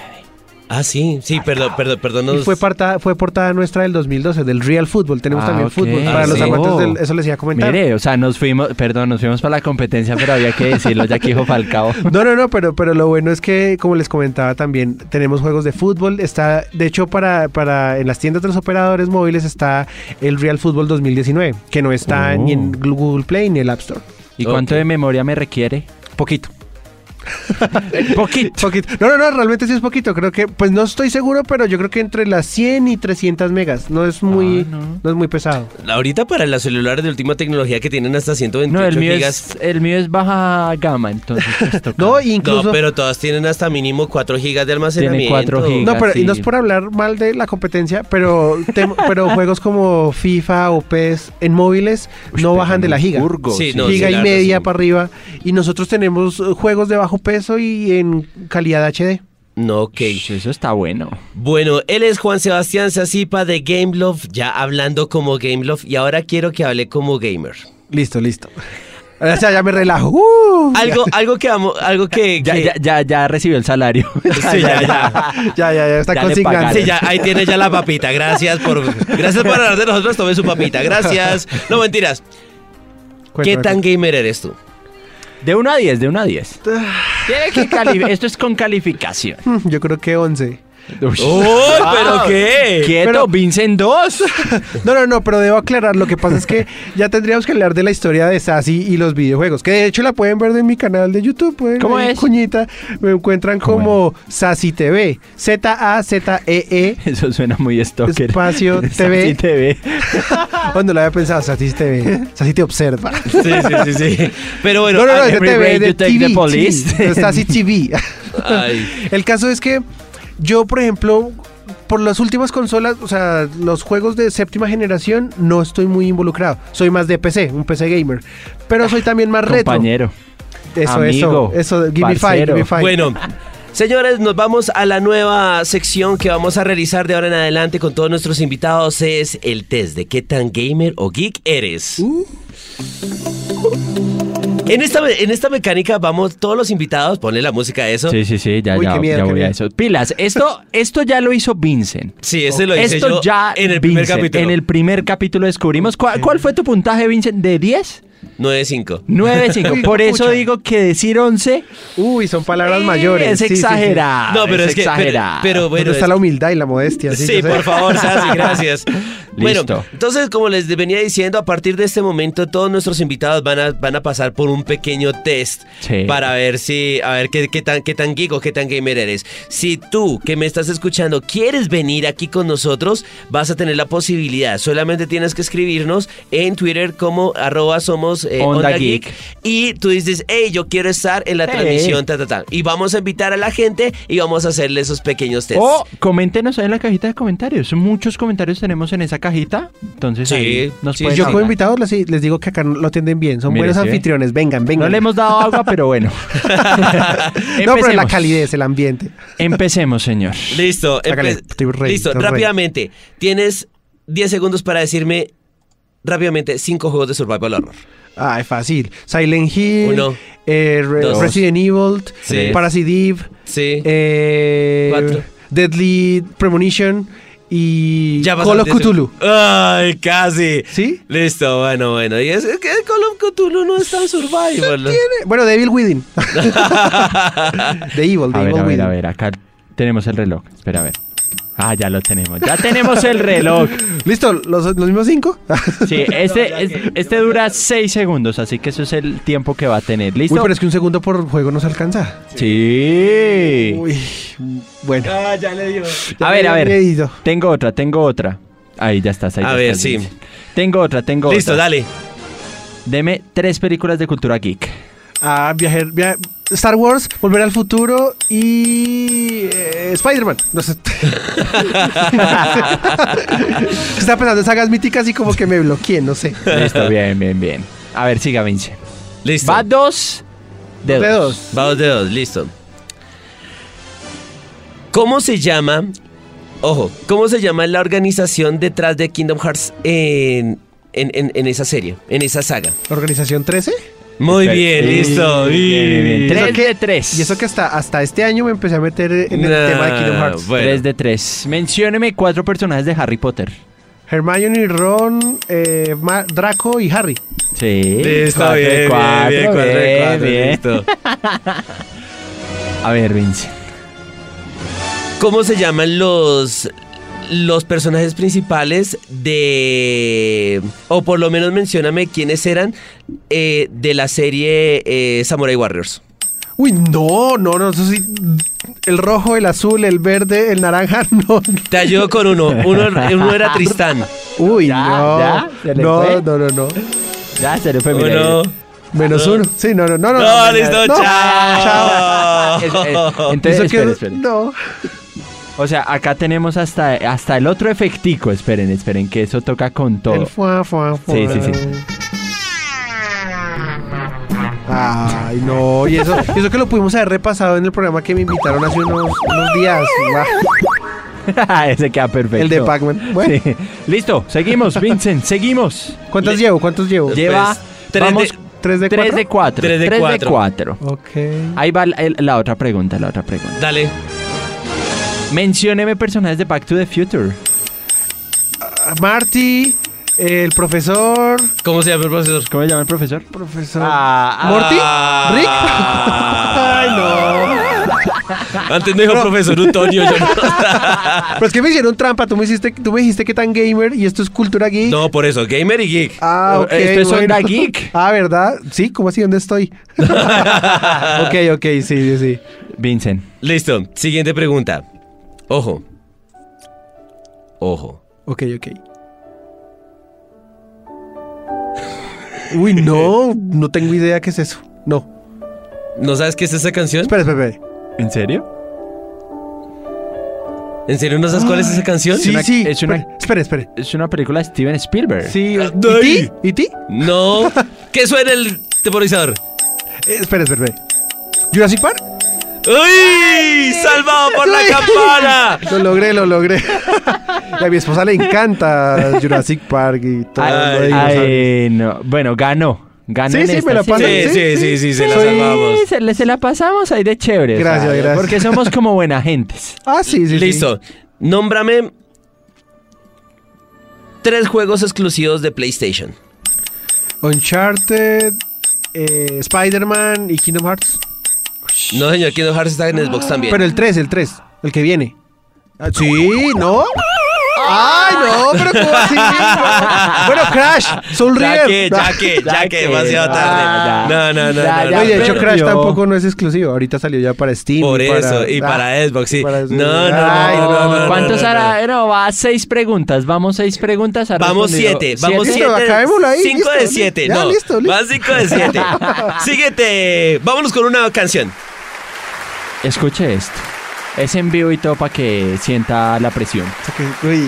S3: Ah, sí, sí, perdón, perdón, perdón.
S4: Y
S3: nos-
S4: fue, parta- fue portada nuestra del 2012, del Real Fútbol. Tenemos
S2: Ah,
S4: también
S2: ok.
S4: fútbol.
S2: Ah,
S4: Para los
S3: sí.
S4: amantes
S2: Oh.
S4: del... Eso les iba a comentar.
S2: Mire, o sea, nos fuimos, perdón, nos fuimos para la competencia, pero había que decirlo, ya que dijo Falcao.
S4: No, no, no, pero, pero lo bueno es que, como les comentaba también, tenemos juegos de fútbol. Está, de hecho, para, para en las tiendas de los operadores móviles está el Real Fútbol 2019, que no está
S2: Oh.
S4: ni en Google Play ni en el App Store.
S2: ¿Y cuánto
S3: Ok.
S2: de memoria me requiere? [LAUGHS] Poquito. Poquito.
S4: Poquito. No, no, no, realmente sí es poquito. Creo que, pues no estoy seguro, pero yo creo que entre las 100 y 300 megas. No es muy,
S2: Ah,
S4: no.
S2: no.
S4: es muy pesado.
S3: Ahorita para los celulares de última tecnología que tienen hasta 128
S2: No, el mío,
S3: gigas.
S2: es, el mío es baja gama, entonces pues, toca.
S4: No, incluso.
S3: No, pero todas tienen hasta mínimo 4 gigas de almacenamiento.
S2: Tiene 4 gigas.
S4: No, pero y
S2: sí.
S4: no es por hablar mal de la competencia, pero, tem- pero juegos como FIFA o PES en móviles
S2: Uy,
S4: no
S2: pero
S4: bajan de la
S2: un
S4: giga.
S2: furgo,
S3: Sí,
S2: sí.
S3: no,
S4: giga
S3: sí,
S4: y
S3: la
S4: media
S3: razón.
S4: para arriba. Y nosotros tenemos eh, juegos de bajo peso y en calidad HD.
S3: No, ok.
S2: Ush, Eso está bueno.
S3: Bueno, él es Juan Sebastián Sacipa de Gameloft, ya hablando como Gameloft, y ahora quiero que hable como gamer.
S4: Listo, listo. O sea, ya me relajo. ¡Uh!
S3: Algo, algo que amo, algo que.
S2: Ya,
S3: que-
S2: ya, ya, ya recibió el [LAUGHS] salario.
S3: [LAUGHS] Sí, ya, ya.
S4: Ya, ya, ya está
S2: Ya le
S4: consignando.
S2: pagaron.
S3: Sí, ya, ahí tiene ya la papita. Gracias por. Gracias por hablar de nosotros. Tome su papita. Gracias. No mentiras. ¿Qué
S4: Cuéntame,
S3: tan gamer eres tú?
S2: De 1 a 10, de 1 a 10. Tiene que cali- Esto es con calificación.
S4: cuéntame. [LAUGHS] Yo creo que 11.
S2: Ush.
S3: ¡Oh,
S2: Ah,
S3: pero qué!
S2: Quieto,
S4: Eh, Pero-
S2: Vincent 2.
S4: No, no, no, pero debo aclarar, lo que pasa
S2: [LAUGHS]
S4: es que ya tendríamos que hablar de la historia de Sassy y los videojuegos, que de hecho la pueden ver en mi canal de YouTube, pueden
S2: ¿Cómo
S4: ahí,
S2: es?
S4: cuñita, me encuentran como Sassy TV, Z A Z E
S2: [LAUGHS]
S4: E.
S2: [LAUGHS] Eso suena muy stalker. [LAUGHS]
S4: Espacio
S2: Sassy
S4: TV.
S2: TV.
S4: Cuando lo había pensado, Sassy TV, Sassy te observa.
S3: Sí, sí, sí, sí. Pero bueno.
S4: no, no, no,
S2: and
S4: es de
S2: ah, every
S4: TV,
S2: break
S4: es de
S2: you take
S4: TV,
S2: the police.
S4: sí, es Sassy TV.
S2: [LAUGHS]
S3: ay,
S4: El caso es que yo, por ejemplo, por las últimas consolas, o sea, los juegos de séptima generación, no estoy muy involucrado. Soy más de PC, un PC gamer. Pero soy también más retro.
S2: Compañero.
S4: Eso,
S2: amigo,
S4: eso, eso. Give me five, give me
S2: parcero.
S4: five.
S3: bueno. Señores, nos vamos a la nueva sección que vamos a realizar de ahora en adelante con todos nuestros invitados. Es el test de qué tan gamer o geek eres.
S4: Uh.
S3: En esta, me- en esta mecánica vamos todos los invitados, ponle la música a eso.
S2: Sí, sí, sí, ya,
S4: Uy,
S2: ya,
S4: qué miedo,
S2: ya
S4: qué
S2: voy a
S4: miedo.
S2: eso. Pilas, esto, esto ya lo hizo Vincent.
S3: Sí, ese lo hice
S2: esto
S3: yo
S2: ya
S3: en el primer
S2: Vincent,
S3: capítulo.
S2: En el primer capítulo descubrimos. ¿Cuál, cuál fue tu puntaje, Vincent? ¿De 10?
S3: 9-5.
S2: 9,
S4: Uy,
S2: 5. Por eso
S4: pucha.
S2: digo que decir 11
S4: Uy, son palabras
S2: eh,
S4: mayores.
S2: Es
S4: Sí, sí, sí.
S2: exagerado.
S3: No, pero es, que. Pero,
S2: Ah, exagerado.
S3: pero
S4: ¿Dónde
S3: bueno.
S4: está
S3: es-
S4: la humildad y la modestia?
S3: Sí,
S4: yo sé.
S2: [LAUGHS]
S3: por favor, Sassi, gracias. Bueno,
S2: Listo.
S3: entonces, como les venía diciendo, a partir de este momento, todos nuestros invitados van a, van a pasar por un pequeño test
S2: Sí.
S3: para ver si, a ver qué, qué tan, qué tan geek o qué tan gamer eres. Si tú, que me estás escuchando, quieres venir aquí con nosotros, vas a tener la posibilidad. Solamente tienes que escribirnos en Twitter como arroba somos eh,
S2: Onda
S3: Onda Geek.
S2: Geek.
S3: Y tú dices, hey, yo quiero estar en la
S2: Sí.
S3: transmisión, ta, ta, ta. Y vamos a invitar a la gente y vamos a hacerle esos pequeños tests.
S2: O coméntenos ahí en la cajita de comentarios. Muchos comentarios tenemos en esa cajita. Entonces,
S3: Sí,
S2: ahí nos
S3: sí,
S2: pueden
S4: Pues Yo como
S2: hablar.
S4: invitado les, les digo que acá no lo atienden bien. Son
S2: Mire,
S4: buenos
S2: sí, ¿eh?
S4: anfitriones. Vengan, vengan.
S2: No le hemos dado agua, pero
S3: [LAUGHS]
S2: bueno.
S4: No, pero la
S2: Empecemos.
S4: calidez, el ambiente.
S2: Empecemos, señor.
S3: Listo,
S4: Sácale,
S3: empe-
S4: estoy rey,
S3: listo,
S4: estoy rey.
S3: rápidamente. Tienes 10 segundos para decirme rápidamente cinco juegos de survival horror.
S4: Ay, fácil. Silent Hill,
S3: Uno,
S4: eh, Re-
S3: dos,
S4: Resident Evil, eh,
S3: tres,
S4: Parasite Eve,
S3: Sí.
S4: eh,
S3: cuatro.
S4: Deadly Premonition y
S3: Ya
S4: Call of
S3: pasaste eso.
S4: Cthulhu.
S3: Ay, casi.
S4: ¿Sí?
S3: Listo, bueno, bueno. Y es que Call of Cthulhu no
S4: [LAUGHS]
S3: es tan survival. ¿no?
S4: Tiene- Bueno, Devil Within. The Evil, The
S2: A ver,
S4: Evil
S2: a ver,
S4: Within.
S2: a ver. Acá tenemos el reloj. Espera, a ver. Ah, ya lo tenemos. Ya tenemos el reloj.
S4: ¿Listo? ¿Los, los mismos cinco? [LAUGHS]
S2: Sí, este, es- este dura 6 segundos, así que eso es el tiempo que va a tener. ¿Listo?
S4: Uy, pero es que un segundo por juego no se alcanza.
S2: Sí.
S4: Uy,
S3: [LAUGHS]
S4: bueno.
S3: Ah, ya le dio.
S4: Ya
S2: a ver,
S4: me
S2: a ver.
S4: había ido.
S2: Tengo otra, tengo otra. Ahí ya estás. Ahí
S3: A
S2: ya
S3: ver,
S2: estás,
S3: sí.
S2: Vince. Tengo otra, tengo
S3: Listo,
S2: otra.
S4: [LAUGHS]
S3: dale.
S2: Deme tres películas de cultura geek.
S4: Ah, viajar, via- Star Wars, Volver al Futuro y eh, Spider-Man. No sé. [LAUGHS] Estaba pensando en sagas míticas y como que me bloqueé, no sé.
S2: Listo, bien, bien, bien. A ver, siga, Vince.
S3: Listo.
S2: Va dos de dos.
S4: De dos.
S3: Vamos de dos, listo. ¿Cómo se llama? Ojo, ¿cómo se llama la organización detrás de Kingdom Hearts en, en- en- en esa serie, en esa saga?
S4: Organización 13.
S3: Muy
S2: Perfecto.
S3: bien,
S2: Sí,
S3: listo.
S2: bien, bien, bien.
S4: ¿Y eso
S2: Tres
S4: qué?
S2: de tres.
S4: Y eso que hasta, hasta este año me empecé a meter en el
S3: Nah,
S4: tema de Kingdom Hearts.
S3: bueno.
S2: Tres de tres. Mencióneme cuatro personajes de Harry Potter.
S4: Hermione, Ron, eh, Ma- Draco y Harry.
S2: Sí.
S3: Listo,
S2: cuatro de
S3: bien, bien,
S2: cuatro,
S3: bien, cuatro de
S2: bien,
S3: cuatro,
S2: bien.
S3: listo.
S2: A ver, Vince.
S3: ¿Cómo se llaman los, los personajes principales de... O por lo menos mencióname quiénes eran eh, de la serie eh, Samurai Warriors.
S4: Uy, no, no, no, eso sí. El rojo, el azul, el verde, el naranja, [LAUGHS] no.
S3: Te ayudo con uno. Uno, uno era Tristán.
S4: Uy,
S2: Ya,
S4: no.
S2: ya, se le
S4: no,
S2: fue.
S4: no, no, no.
S2: Ya se le fue mi
S3: Uno.
S4: Menos
S2: Ah.
S3: No.
S4: uno. Sí, no, no, no, no.
S3: No,
S4: no, no,
S3: listo,
S4: no.
S3: chao.
S2: Ah,
S3: [LAUGHS]
S2: Es- es- entonces,
S4: Eso
S2: espere,
S4: quedó-
S2: espere.
S4: No.
S2: O sea, acá tenemos hasta, hasta el otro efectico. Esperen, esperen, que eso toca con todo. [LAUGHS]
S4: El fuá, fuá, fuá.
S2: Sí, sí, sí.
S4: Ay, no. Y eso, y eso que lo pudimos haber repasado en el programa que me invitaron hace unos, unos días. ¿verdad?
S2: Ese queda perfecto.
S4: El de Pac-Man. Bueno,
S2: Sí. Listo, seguimos, Vincent, seguimos.
S4: ¿cuántos
S3: Le-
S4: llevo? ¿Cuántos llevo?
S3: Lle-
S2: Lleva
S3: Pues, tres
S2: vamos,
S3: de-
S4: ¿Tres de
S2: tres
S4: cuatro?
S2: de cuatro.
S3: Tres de cuatro.
S2: cuatro.
S4: Ok.
S2: Ahí va la, el- la otra pregunta, la otra pregunta.
S3: Dale.
S2: Mencióneme personajes de Back to the Future.
S4: Marty, el profesor.
S3: ¿Cómo se llama el profesor?
S2: ¿Cómo se llama el profesor?
S4: Profesor.
S2: Ah,
S4: ¿Morty? ¿Rick? [LAUGHS] Ay,
S3: Ah.
S4: no.
S3: Antes me dijo profesor Antonio.
S4: [LAUGHS]
S3: yo
S4: Pero es que me hicieron trampa. Tú me, hiciste, tú me dijiste que tan gamer y esto es cultura geek.
S3: no. no, por eso, gamer y geek.
S4: Ah, ok.
S2: Esto es Onda Geek.
S4: [LAUGHS] Ah, ¿verdad? Sí, ¿cómo así? ¿Dónde estoy? ok, ok, sí, sí, sí.
S2: Vincent.
S3: Listo, siguiente pregunta. Ojo. Ojo.
S4: Ok, ok. Uy, no, no tengo idea qué es eso. No.
S3: ¿No sabes qué es esa canción?
S4: Espera, espera, espera.
S2: ¿En serio?
S3: ¿En serio no sabes cuál es esa canción?
S4: Sí,
S2: una-
S4: sí.
S2: es una-
S4: Espera, espera, espera.
S2: Es una película de Steven Spielberg.
S4: Sí.
S3: Ay.
S4: ¿Y ti? ¿Y ti?
S3: No. ¿Qué suena el temporizador?
S4: Eh, espera, espera, espera. ¿Jurassic Park?
S3: ¡Uy! ¡Salvado por la
S4: Ay.
S3: campana!
S4: Lo logré, lo logré. Y a mi esposa le encanta Jurassic Park y todo. lo de
S2: Ay,
S4: dinosaurios.
S2: ay, no. Bueno, ganó. Ganó.
S4: Sí,
S2: en
S4: sí, me
S2: esta,
S4: la paso.
S3: Sí, sí, sí, sí, se la
S4: Sí.
S3: salvamos.
S2: Sí, se, le- se la pasamos ahí de chévere. o
S4: Gracias,
S2: sea,
S4: gracias.
S2: Porque somos
S4: [LAUGHS]
S2: como buena gentes.
S4: Ah, sí, sí, sí.
S3: Listo. Nómbrame tres juegos exclusivos de PlayStation.
S4: Uncharted, eh, Spider-Man y Kingdom Hearts.
S3: No, señor, Kingdom Hearts está en Xbox también.
S4: Pero el 3, el 3, el que viene. Ah, Sí, ¿no? Ay, no, pero ¿cómo así? bueno, Crash, Soul
S3: ya que,
S4: River.
S3: ya que, ya que, demasiado
S2: ya,
S3: tarde.
S2: ya.
S3: No, no,
S2: Ya,
S3: no. no,
S2: ya,
S3: no,
S4: Oye, de hecho,
S2: pero-
S3: no.
S4: Crash
S2: yo-
S4: tampoco no es exclusivo. Ahorita salió ya para Steam.
S3: Por
S4: y
S3: eso, y
S4: ah,
S3: para Xbox, sí.
S4: para-
S3: No, no, no,
S4: Ay,
S3: no, no, no,
S2: ¿Cuántos
S3: no, no.
S2: hará? Eh, No, va a seis preguntas. Vamos seis preguntas. ha
S3: Vamos
S2: respondido
S3: siete, vamos
S4: Listo,
S3: siete.
S4: acabémoslo ahí,
S3: cinco
S4: listo,
S3: de
S4: listo.
S3: siete,
S4: Ya,
S3: no.
S4: listo, listo.
S3: Van cinco de
S4: [LAUGHS]
S3: siete. Síguete. Vámonos con una canción.
S2: Escuche esto. Es en vivo y todo para que sienta la presión.
S3: [LAUGHS]
S4: ok, uy,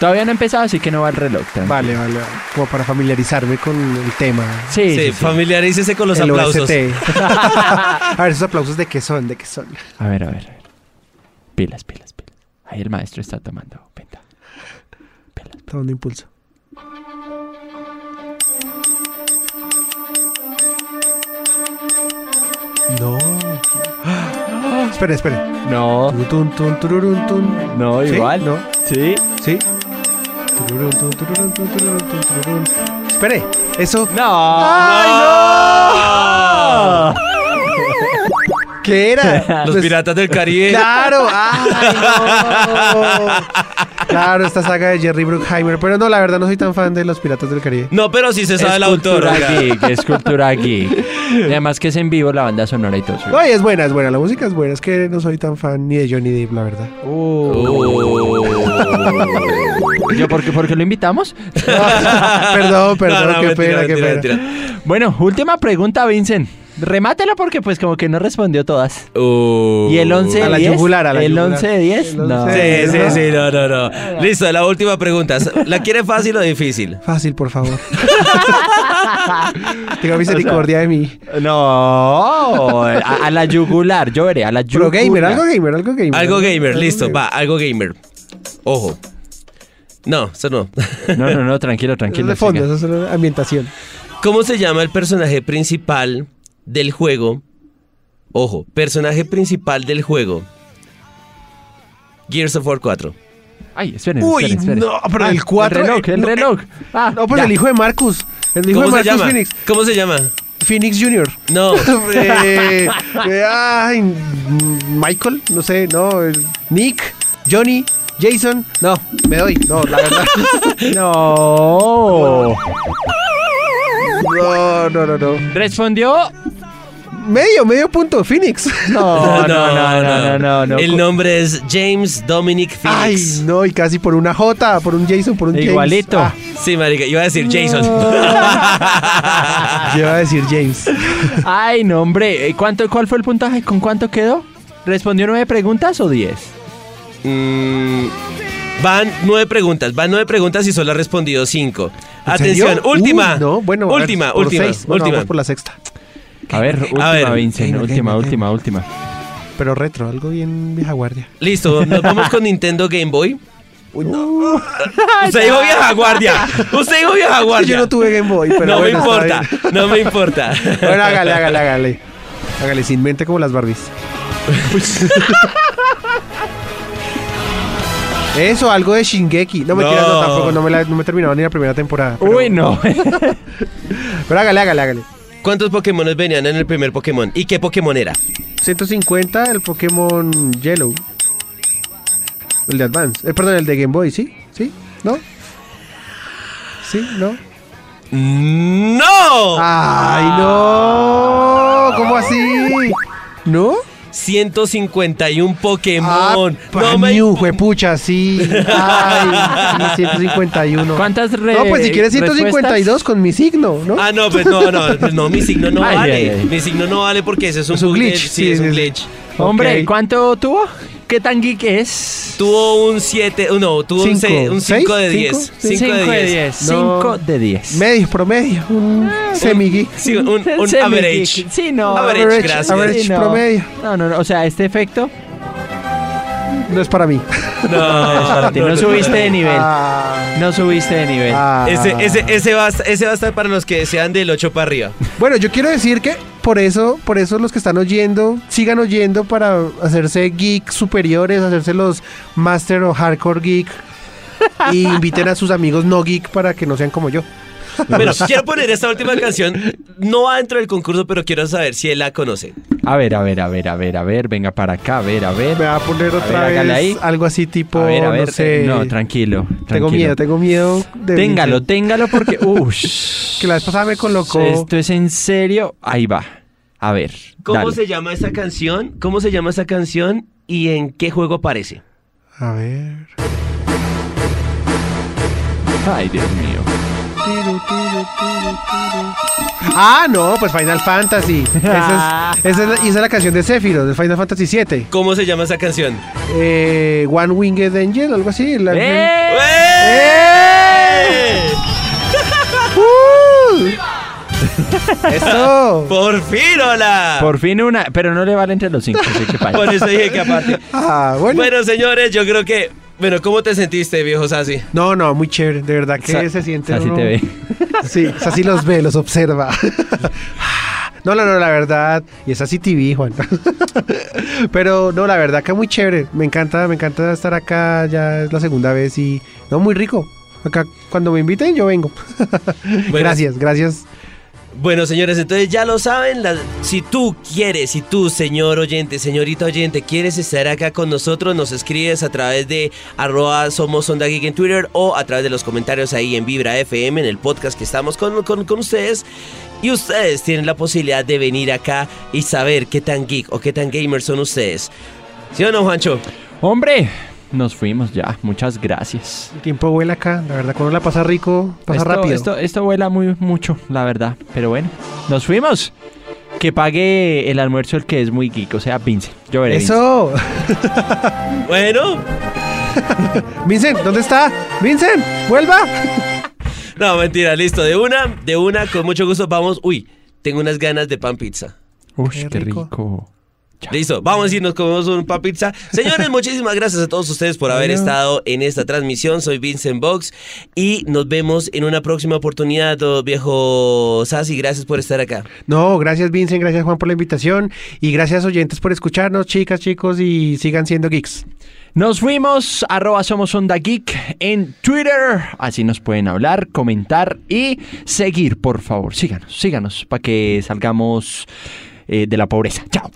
S2: Todavía no he empezado, así que no va el reloj. tranquilo.
S4: vale, vale. Como para familiarizarme con el tema.
S2: Sí,
S3: Sí,
S2: sí, sí.
S3: familiarícese con los
S4: el
S3: aplausos.
S4: [LAUGHS] OST. a ver, esos aplausos de qué son, de qué son.
S2: A ver, a ver, a ver. Pilas, pilas, pilas. Ahí el maestro está tomando venta.
S4: Tomando impulso. No. ¡Ah! Espere, espere.
S2: No,
S4: Tun, tun, tun, tururun, tun.
S2: no,
S4: ¿Sí?
S2: igual.
S4: No.
S2: Sí.
S4: Sí. Tururun, tun, tururun, tun, tururun, tun, tururun. Espere. Eso.
S2: No.
S3: ¡Ay,
S4: ¿Qué [LAUGHS] era?
S3: Los
S4: Pues,
S3: piratas del Caribe.
S4: [LAUGHS] Claro. Ay, no. Claro, esta saga de Jerry Bruckheimer. Pero no, la verdad no soy tan fan de los Piratas del Caribe.
S3: No, pero sí se sabe el
S2: es
S3: autor.
S2: cultura
S3: oiga.
S2: geek, es cultura geek. Y además que es en vivo la banda sonora y todo eso.
S4: No, y es buena, es buena. La música es buena. Es que no soy tan fan ni de Johnny Depp, la verdad.
S2: Uh.
S3: Oh.
S2: ¿Yo por qué, por qué lo invitamos?
S4: [LAUGHS] perdón, perdón,
S3: No, no,
S4: qué
S3: mentira,
S4: pena, qué
S3: mentira,
S4: pena.
S3: mentira.
S2: Bueno, última pregunta, Vincent. Remátela porque pues como que no respondió todas.
S3: Uh.
S2: Y el 11 de
S4: A la
S2: 10.
S4: yugular, a la
S2: el
S4: yugular.
S2: 11 de 10.
S4: El
S2: No.
S4: 11 de
S3: Sí, sí,
S4: ¿no?
S3: sí, no, no, no. Listo, la última pregunta. ¿La quiere fácil o difícil?
S4: Fácil,
S2: [LAUGHS]
S4: por favor. [LAUGHS] Tenga misericordia de mí.
S2: No, a, a la yugular, yo veré, a la
S4: Pero
S2: yugular.
S4: gamer, algo gamer, algo gamer.
S3: Algo gamer,
S4: Algo
S3: listo, va, algo gamer. Ojo. No, eso no. [LAUGHS]
S2: No, no, no, tranquilo,
S4: Eso es
S2: tranquilo.
S4: de fondo,
S2: siga.
S4: eso es una ambientación.
S3: ¿Cómo se llama el personaje principal del juego? Ojo, personaje principal del juego. Gears of War 4.
S2: Ay, esperen, esperen, esperen.
S4: pero el
S2: El
S4: 4.
S2: reloj, el reloj. Ah,
S4: No, pues
S2: ya.
S4: el hijo de Marcus. El hijo de
S3: ¿Cómo se
S4: Marcus
S3: llama?
S4: Phoenix.
S3: ¿Cómo se llama?
S4: Phoenix Jr.
S3: No. [LAUGHS]
S4: Eh, eh, ay, mm, Michael, no sé, no. eh, Nick, Johnny, Jason. No, me doy. No,
S3: [LAUGHS]
S4: la verdad.
S2: No.
S4: No, no, no, no.
S2: Respondió.
S4: Medio, medio punto, Phoenix.
S2: No, no, no, no, no, no. no.
S3: El nombre es James Dominic
S4: Ay,
S3: Phoenix.
S4: no, y casi por una J, por un Jason, por un James.
S2: Igualito.
S4: Ah,
S3: Sí, marica, iba a decir Jason.
S4: yo Ah, iba a decir James.
S2: Ay, no, hombre. Eh, ¿Cuánto, ¿Cuál fue el puntaje? ¿Con cuánto quedó? ¿Respondió nueve preguntas o diez?
S3: [LAUGHS] Mm, van nueve preguntas, van nueve preguntas y solo ha respondido cinco.
S4: ¿En serio?
S3: [LAUGHS] Atención, última.
S4: Uy, no, bueno, a ver,
S3: última,
S4: por
S3: última,
S4: seis. Bueno,
S3: última.
S4: vamos por la sexta.
S2: A ver, última,
S3: ver.
S2: Vincent,
S4: Gamer,
S2: última,
S4: gamer,
S2: última, última.
S4: Pero retro, algo bien vieja guardia.
S3: Listo, nos vamos con Nintendo Game Boy.
S4: Uy, no.
S3: [LAUGHS] Usted dijo vieja guardia. Usted dijo vieja guardia.
S4: Yo no tuve Game Boy, pero
S3: no me
S4: bueno, está
S3: importa,
S4: bien.
S3: no me importa.
S4: [LAUGHS] Bueno, hágale, hágale, hágale. Hágale, sin mente como las Barbies. Eso, algo de Shingeki. No, me no
S3: No.
S4: tampoco. No me, la, no me he terminado ni la primera temporada. Pero,
S2: Uy,
S4: [LAUGHS]
S2: no.
S4: pero hágale, hágale, hágale.
S3: ¿Cuántos Pokémon venían en el primer Pokémon? ¿Y qué Pokémon era?
S4: 150, el Pokémon Yellow. El de Advance. Eh, perdón, el de Game Boy, ¿sí? ¿Sí? ¿No? ¿Sí? ¿No?
S3: ¡No!
S4: Ah. ¡Ay, no! ¿Cómo así? ¿No?
S3: 151 Pokémon.
S4: Ah,
S3: no me
S4: New, juepucha, sí. Ay, sí, 151.
S2: ¿Cuántas re-
S4: No, pues si quieres 152
S2: respuestas?
S4: con mi signo, ¿no?
S3: Ah, no, pues no, no, pues no, mi signo
S4: [LAUGHS]
S3: no
S2: Ay,
S3: vale.
S2: ay, ay.
S3: Mi signo no vale porque ese es un,
S4: Es un
S3: bug de-
S4: glitch,
S3: sí,
S4: sí,
S3: es un
S4: sí, sí.
S3: glitch.
S2: Hombre,
S4: Ok.
S2: ¿cuánto tuvo? ¿Qué tan geek es?
S3: Tuvo un 7, no, tuvo
S4: Cinco.
S3: un 5 de 10.
S4: ¿Seis? ¿Cinco?
S3: 5 de 10.
S2: 5
S4: No.
S2: de 10.
S4: Medio, promedio, un semi-geek.
S2: [LAUGHS]
S3: Sí, un, un
S2: Semi-geek.
S3: average.
S2: Sí, no.
S3: Average, gracias.
S4: average
S2: Sí, no.
S4: promedio.
S2: No, no, no. O sea, este efecto
S4: No es para mí.
S3: Ah, No,
S2: Martín, no, subiste de nivel.
S4: Ah,
S2: No subiste de nivel.
S4: ah.
S3: Ese, ese, ese, va, a estar- ese va a estar para los que sean del 8 para arriba.
S4: Bueno, yo quiero decir que por eso, por eso los que están oyendo, sigan oyendo para hacerse geek superiores, hacerse los master o hardcore geek.
S2: [LAUGHS]
S4: Y inviten a sus amigos no geek para que no sean como yo.
S3: Bueno, quiero poner esta última canción. No va dentro del concurso, pero quiero saber si él la conoce.
S2: A ver, a ver, a ver, a ver, a ver. Venga para acá, a ver, a ver.
S4: Me va a poner otra
S2: hágale
S4: vez
S2: ahí.
S4: algo así tipo,
S2: a ver, a ver.
S4: no
S2: eh,
S4: sé.
S2: no, tranquilo.
S4: tengo
S2: tranquilo.
S4: miedo, tengo miedo. de-
S2: Téngalo,
S4: de-
S2: téngalo
S4: [LAUGHS]
S2: porque. Ush.
S4: Que la vez pasada me colocó.
S2: Esto es en serio. Ahí va. A ver.
S3: ¿Cómo
S2: dale.
S3: se llama esa canción? ¿Cómo se llama esa canción? ¿Y en qué juego aparece?
S4: A ver.
S2: Ay, Dios mío.
S4: Ah, no, pues
S2: [LAUGHS]
S4: Final Fantasy. Esa es, esa es la, y esa es la canción de Sephiroth, de Final Fantasy VII.
S3: ¿Cómo se llama esa canción?
S4: Eh, One Winged Angel, algo así. el ángel-
S2: ¡Eh!
S3: ¡Eh!
S4: ¡Uh! ¡Eso!
S2: [LAUGHS]
S3: ¡Por fin, hola!
S2: Por fin una. Pero no le vale entre los cinco, así
S3: [LAUGHS]
S2: que paila.
S3: Por eso dije que aparte.
S4: Ah, bueno.
S3: Bueno, señores, yo creo que. Bueno, ¿cómo te sentiste, viejo Sassi?
S4: No, no, muy chévere. De verdad que
S2: Sa-
S4: se siente.
S2: Así
S4: uno-
S2: te ve.
S4: Sí, así los ve, los observa. No, no, no, la verdad. Y es así TV, Juan. Pero no, la verdad que muy chévere. Me encanta, me encanta estar acá. Ya es la segunda vez y. No, muy rico. Acá, cuando me inviten, yo vengo.
S3: Bueno,
S4: Gracias, gracias.
S3: Bueno, señores, entonces ya lo saben. la- si tú quieres, si tú, señor oyente, señorita oyente, quieres estar acá con nosotros, nos escribes a través de arroba somos Onda Geek en Twitter o a través de los comentarios ahí en Vibra FM, en el podcast que estamos con, con, con ustedes. Y ustedes tienen la posibilidad de venir acá y saber qué tan geek o qué tan gamer son ustedes. ¿Sí o no, Juancho?
S2: Hombre, Nos fuimos ya. Muchas gracias.
S4: El tiempo vuela acá, la verdad, cuando la pasa rico, pasa
S2: esto,
S4: rápido.
S2: Esto, esto vuela muy mucho, la verdad. Pero bueno, nos fuimos. Que pague el almuerzo el que es muy geek, o sea, Vince. Yo veré. Vince.
S4: Eso.
S3: Bueno,
S4: Vincent, ¿dónde está? Vincent, vuelva.
S3: no, mentira, listo. De una, de una, con mucho gusto vamos. Uy, tengo unas ganas de pan pizza.
S2: Ush,
S4: Qué
S2: qué
S4: rico.
S2: rico.
S3: Listo, vamos a ir, nos comemos un pan pizza. Señores, muchísimas gracias a todos ustedes por haber estado en esta transmisión. Soy Vincent Box y nos vemos en una próxima oportunidad, oh, viejo Sassi. Gracias por estar acá.
S4: No, gracias Vincent, gracias Juan por la invitación y gracias oyentes por escucharnos, chicas, chicos, y sigan siendo geeks.
S2: Nos fuimos, arroba somos Onda Geek en Twitter. Así nos pueden hablar, comentar y seguir, por favor. Síganos, síganos, para que salgamos eh, de la pobreza. Chao.